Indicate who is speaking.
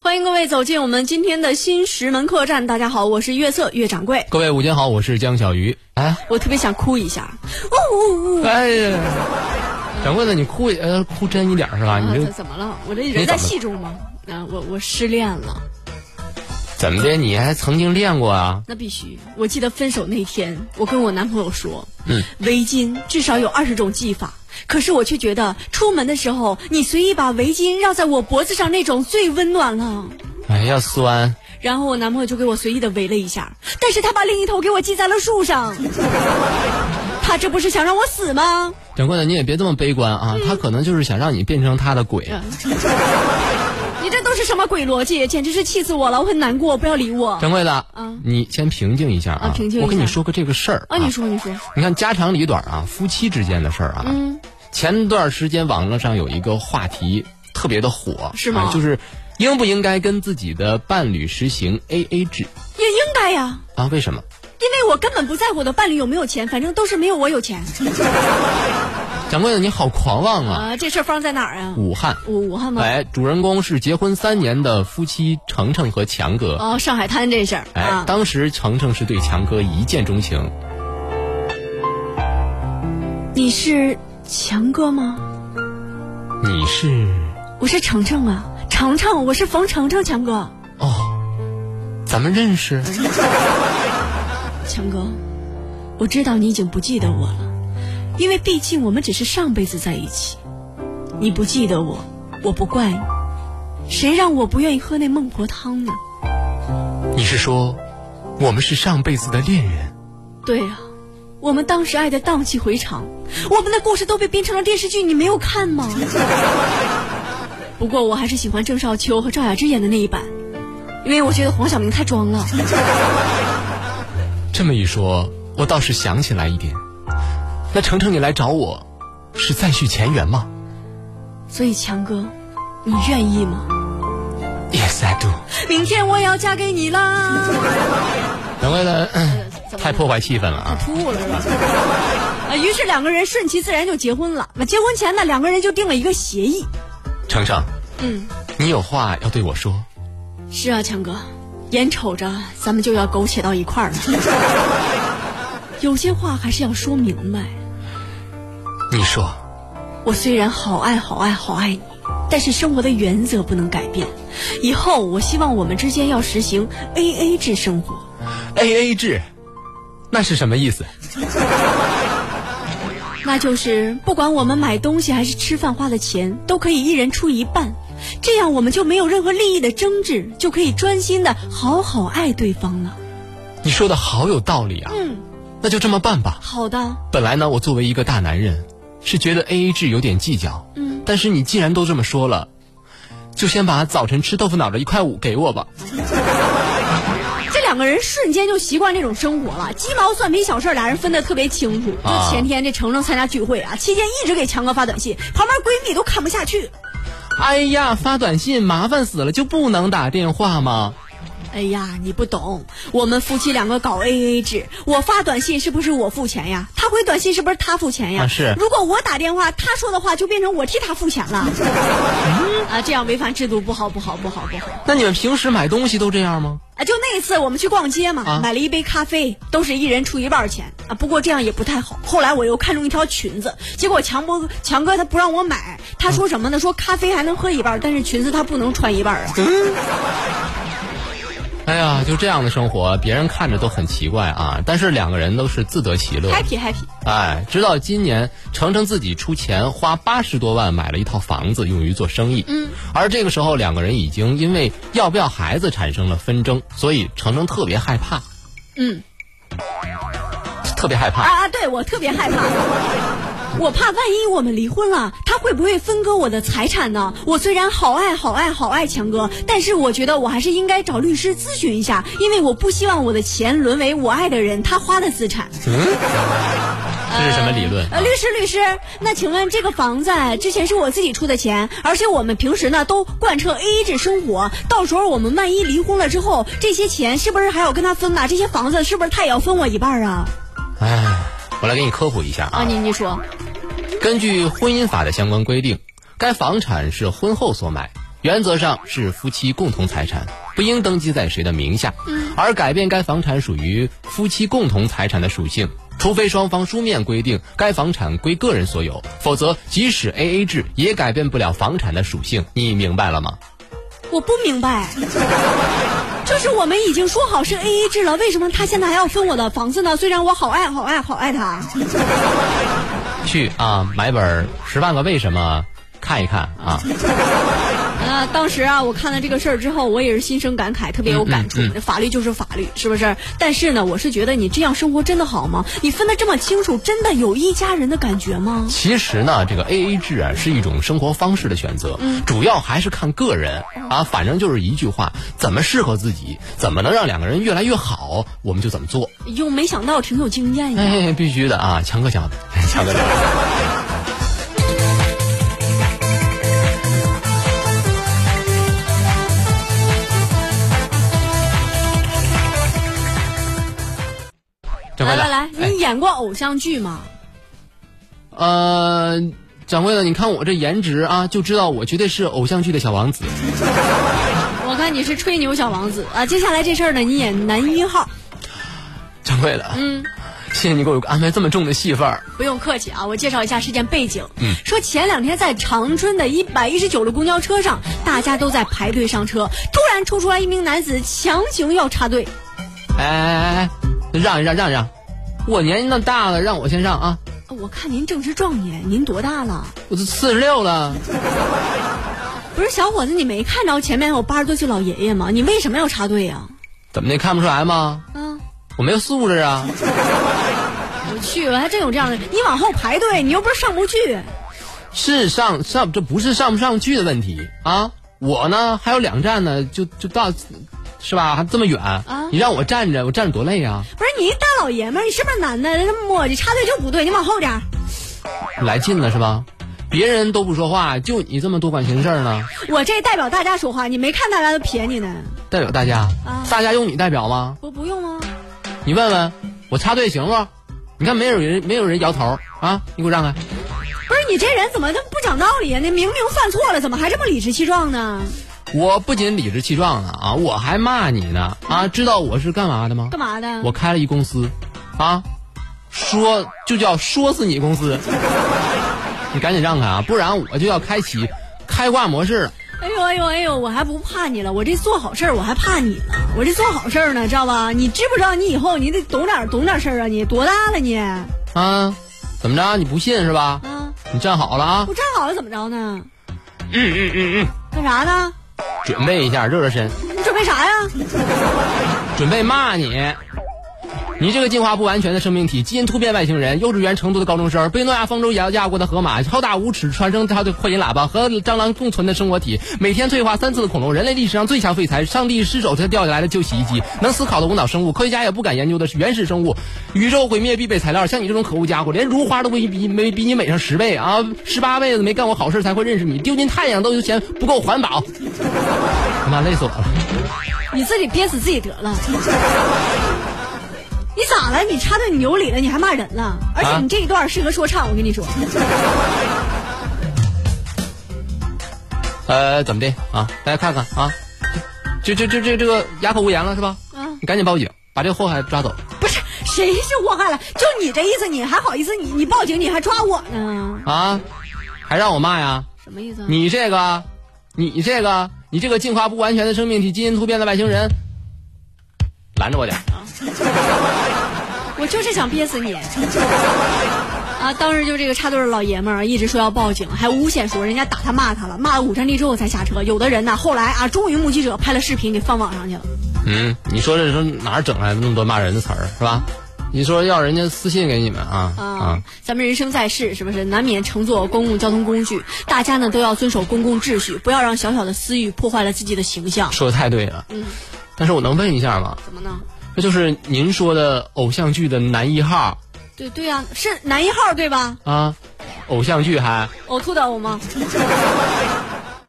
Speaker 1: 欢迎各位走进我们今天的新石门客栈。大家好，我是月色月掌柜。
Speaker 2: 各位午间好，我是江小鱼。哎，
Speaker 1: 我特别想哭一下，呜呜呜！
Speaker 2: 哎呀，掌柜的，你哭也呃哭真一点是吧？
Speaker 1: 啊，
Speaker 2: 你
Speaker 1: 这
Speaker 2: 这
Speaker 1: 怎么了？我这人在戏中吗？啊，我我失恋了，
Speaker 2: 怎么的？你还曾经练过啊？
Speaker 1: 那必须。我记得分手那天，我跟我男朋友说，围巾至少有二十种系法，可是我却觉得出门的时候，你随意把围巾绕在我脖子上那种最温暖了。
Speaker 2: 哎呀，酸！
Speaker 1: 然后我男朋友就给我随意的围了一下，但是他把另一头给我系在了树上。 他这不是想让我死吗？
Speaker 2: 掌柜的，你也别这么悲观啊，
Speaker 1: 嗯
Speaker 2: 他可能就是想让你变成他的鬼。
Speaker 1: 你这都是什么鬼逻辑？简直是气死我了！我很难过，不要理我。
Speaker 2: 掌柜的，你先平静一下啊
Speaker 1: 嗯啊平静一下
Speaker 2: 我跟你说个这个事儿
Speaker 1: 啊，你说，你说，
Speaker 2: 你看家长里短啊，夫妻之间的事儿啊。嗯。前段时间网络上有一个话题特别的火，
Speaker 1: 是吗
Speaker 2: 啊就是应不应该跟自己的伴侣实行 AA 制
Speaker 1: 也应该呀，
Speaker 2: 啊？为什么？
Speaker 1: 因为我根本不在乎我的伴侣有没有钱，反正都是没有我有钱。
Speaker 2: 嗯掌柜的，你好狂妄啊！
Speaker 1: 啊，这事儿放在哪儿啊？
Speaker 2: 武汉，
Speaker 1: 武武汉吗？
Speaker 2: 哎，主人公是结婚三年的夫妻程程和强哥。
Speaker 1: 哦，上海滩这事儿
Speaker 2: 哎，
Speaker 1: 啊，
Speaker 2: 当时程程是对强哥一见钟情，
Speaker 1: 你是强哥吗？
Speaker 2: 你是
Speaker 1: 我是程程啊，程程，我是冯程程，强哥，
Speaker 2: 哦，咱们认识？
Speaker 1: 强哥，我知道你已经不记得我了，因为毕竟我们只是上辈子在一起。你不记得我，我不怪你，谁让我不愿意喝那孟婆汤呢？
Speaker 2: 你是说我们是上辈子的恋人？
Speaker 1: 对呀、我们当时爱的荡气回肠，我们的故事都被编成了电视剧，你没有看 吗？不过我还是喜欢郑少秋和赵雅芝演的那一版，因为我觉得黄晓明太装了。
Speaker 2: 这么一说，我倒是想起来一点。那程程，你来找我，是再续前缘吗
Speaker 1: 所以强哥，你愿意吗？
Speaker 2: ？Yes, I do。
Speaker 1: 明天我要嫁给你啦！
Speaker 2: 掌柜的，嗯
Speaker 1: 怎么了
Speaker 2: 太破坏气氛了啊！
Speaker 1: 吐了是吧？啊，于是两个人顺其自然就结婚了。那结婚前呢，两个人就定了一个协议。
Speaker 2: 程程，
Speaker 1: 嗯，
Speaker 2: 你有话要对我说？
Speaker 1: 是啊，强哥，眼瞅着咱们就要苟且到一块儿了，有些话还是要说明白。
Speaker 2: 你说。
Speaker 1: 我虽然好爱好爱好爱你，但是生活的原则不能改变。以后我希望我们之间要实行 A A 制生活。
Speaker 2: A A 制，那是什么意思？
Speaker 1: 那就是不管我们买东西还是吃饭花的钱，都可以一人出一半，这样我们就没有任何利益的争执，就可以专心的好好爱对方了。
Speaker 2: 你说的好有道理啊。
Speaker 1: 嗯，
Speaker 2: 那就这么办吧。
Speaker 1: 好的，
Speaker 2: 本来呢，我作为一个大男人，是觉得 A A 制有点计较。嗯，但是你既然都这么说了，就先把早晨吃豆腐脑的一块五给我吧。
Speaker 1: 这两个人瞬间就习惯这种生活了，鸡毛蒜皮小事儿，俩人分得特别清楚。
Speaker 2: 啊
Speaker 1: 就前天这程程参加聚会啊，期间一直给强哥发短信，旁边闺蜜都看不下去。
Speaker 2: 哎呀，发短信麻烦死了，就不能打电话吗？
Speaker 1: 哎呀，你不懂，我们夫妻两个搞 A A 制，我发短信是不是我付钱呀？他回短信是不是他付钱呀？
Speaker 2: 啊是
Speaker 1: 如果我打电话，他说的话就变成我替他付钱了。
Speaker 2: 嗯
Speaker 1: 啊，这样违反制度，不好，不好，不好，不好。
Speaker 2: 那你们平时买东西都这样吗？
Speaker 1: 啊，就那一次我们去逛街嘛，
Speaker 2: 啊
Speaker 1: 买了一杯咖啡，都是一人出一半钱啊。不过这样也不太好。后来我又看中一条裙子，结果强哥强哥他不让我买，他说什么呢？说咖啡还能喝一半，但是裙子他不能穿一半啊。
Speaker 2: 哎呀，就这样的生活，别人看着都很奇怪啊，但是两个人都是自得其乐。
Speaker 1: happy happy。
Speaker 2: 哎，直到今年，程程自己出钱花八十多万买了一套房子，用于做生意。嗯，而这个时候，两个人已经因为要不要孩子产生了纷争，所以程程特别害怕，
Speaker 1: 嗯，
Speaker 2: 特别害怕。
Speaker 1: 啊啊！对我特别害怕， 我怕万一我们离婚了，他会不会分割我的财产呢？我虽然好爱好爱好爱强哥，但是我觉得我还是应该找律师咨询一下，因为我不希望我的钱沦为我爱的人他花的资产。
Speaker 2: 这是什么理论？啊
Speaker 1: 呃，律师律师，那请问这个房子啊之前是我自己出的钱，而且我们平时呢都贯彻 A A 制生活，到时候我们万一离婚了之后，这些钱是不是还要跟他分呐？这些房子是不是他也要分我一半啊？
Speaker 2: 哎，我来给你科普一下啊。
Speaker 1: 你你说，
Speaker 2: 根据婚姻法的相关规定，该房产是婚后所买，原则上是夫妻共同财产，不应登记在谁的名下。而改变该房产属于夫妻共同财产的属性，除非双方书面规定该房产归个人所有，否则即使 A A 制也改变不了房产的属性。你明白了吗？
Speaker 1: 我不明白， 就是我们已经说好是 A A 制了，为什么他现在还要分我的房子呢？虽然我好爱好爱好爱他，
Speaker 2: 去啊，买本《十万个为什么》看一看啊。
Speaker 1: 啊，当时啊，我看了这个事儿之后，我也是心生感慨，特别有感触。
Speaker 2: 嗯
Speaker 1: 法律就是法律，是不是？但是呢，我是觉得你这样生活真的好吗？你分得这么清楚，真的有一家人的感觉吗？
Speaker 2: 其实呢，这个 A A 制啊是一种生活方式的选择，主要还是看个人啊。反正就是一句话，怎么适合自己，怎么能让两个人越来越好，我们就怎么做。
Speaker 1: 又没想到挺有经验呀。
Speaker 2: 哎，必须的啊，强哥强， 强哥强。掌
Speaker 1: 来
Speaker 2: 柜的
Speaker 1: 来来，
Speaker 2: 哎
Speaker 1: 你演过偶像剧吗？
Speaker 2: 呃，掌柜的，你看我这颜值啊，就知道我绝对是偶像剧的小王子。
Speaker 1: 我看你是吹牛小王子啊。接下来这事儿呢，你演男一号，
Speaker 2: 掌柜的，嗯，谢谢你给我安排这么重的戏份儿。
Speaker 1: 不用客气啊。我介绍一下事件背景。
Speaker 2: 嗯
Speaker 1: 说前两天在长春的一百一十九路公交车上，大家都在排队上车，突然抽出来一名男子强行要插队。
Speaker 2: 哎哎哎哎，让一让，让一让，我年纪那么大了，让我先上啊！
Speaker 1: 我看您正值壮年，您多大了？
Speaker 2: 我都四十六了，
Speaker 1: 不是小伙子，你没看着前面有八十多岁老爷爷吗？你为什么要插队啊呀、
Speaker 2: 怎么的看不出来吗？
Speaker 1: 啊？
Speaker 2: 我没有素质啊！
Speaker 1: 我去，我还真有这样的。你往后排队，你又不是上不去。
Speaker 2: 是上上，这不是上不上去的问题啊！我呢还有两站呢，就就到，是吧？还这么远，你让我站着，我站着多累啊！
Speaker 1: 不是你一大老爷们儿，你是不是男的？那磨叽插队就不对，你往后点儿。
Speaker 2: 来劲了是吧？别人都不说话，就你这么多管闲事儿呢？
Speaker 1: 我这代表大家说话，你没看大家都撇你呢？
Speaker 2: 代表大家，
Speaker 1: 啊
Speaker 2: 大家用你代表吗？
Speaker 1: 不不用啊吗？
Speaker 2: 你问问我插队行不？你看没有人没有人摇头啊！你给我让开！
Speaker 1: 不是你这人怎么这么不讲道理呀、啊你明明犯错了，怎么还这么理直气壮呢？
Speaker 2: 我不仅理直气壮呢啊，我还骂你呢啊！知道我是干嘛的吗？
Speaker 1: 干嘛的？
Speaker 2: 我开了一公司，啊，说就叫说死你公司！你赶紧让开啊，不然我就要开启开挂模式了。
Speaker 1: 哎呦哎呦哎呦，我还不怕你了，我这做好事儿我还怕你呢，我这做好事儿呢，知道吧？你知不知道？你以后你得懂点儿懂点儿事儿啊！你多大了你？啊，
Speaker 2: 啊！怎么着？你不信是吧？你站好了啊，
Speaker 1: 我站好了怎么着呢？嗯嗯嗯嗯，干啥呢？
Speaker 2: 准备一下，热热身，
Speaker 1: 你准备啥呀？
Speaker 2: 准备骂你。你这个进化不完全的生命体，基因突变外星人，幼稚园程度的高中生，被诺亚方舟摇压过的河马，好大无耻传声它的扩音喇叭和蟑螂共存的生活体，每天退化三次的恐龙，人类历史上最强废材，上帝失手才掉下来的旧洗衣机，能思考的无脑生物，科学家也不敢研究的原始生物，宇宙毁灭必备材料。像你这种可恶家伙，连如花都不比没比你美上十倍啊！十八辈子没干过好事才会认识你，丢进太阳都嫌不够环保。 他妈累死我了。
Speaker 1: 你自己憋死自己得了。你咋了？你插队你有理了，你还骂人了？而且
Speaker 2: 啊
Speaker 1: 你这一段适合说唱，我跟你说，
Speaker 2: 呃，怎么的啊？大家看看啊，这这这这这个哑口无言了是吧？
Speaker 1: 嗯
Speaker 2: 你赶紧报警，把这个祸害抓走。
Speaker 1: 不是谁是祸害了？就你这意思，你还好意思？你你报警你还抓我呢？
Speaker 2: 啊，还让我骂呀？
Speaker 1: 什么意思啊？
Speaker 2: 你这个，你这个，你这个进化不完全的生命体，基因突变的外星人，拦着我点儿。
Speaker 1: 我就是想憋死你。啊！当时就这个插队的老爷们儿一直说要报警，还诬陷说人家打他骂他了，骂了五站地之后才下车。有的人呢，后来啊，终于目击者拍了视频给放网上去了。
Speaker 2: 嗯，你说这是哪儿整来的那么多骂人的词儿是吧？你说要人家私信给你们啊
Speaker 1: 啊，咱们人生在世，是不是难免乘坐公共交通工具？大家呢都要遵守公共秩序，不要让小小的私欲破坏了自己的形象。
Speaker 2: 说的太对了。但是我能问一下吗？
Speaker 1: 怎么呢？
Speaker 2: 这就是您说的偶像剧的男一号
Speaker 1: 对对啊，是男一号对吧？
Speaker 2: 啊，偶像剧还。
Speaker 1: 呕吐的呕吗？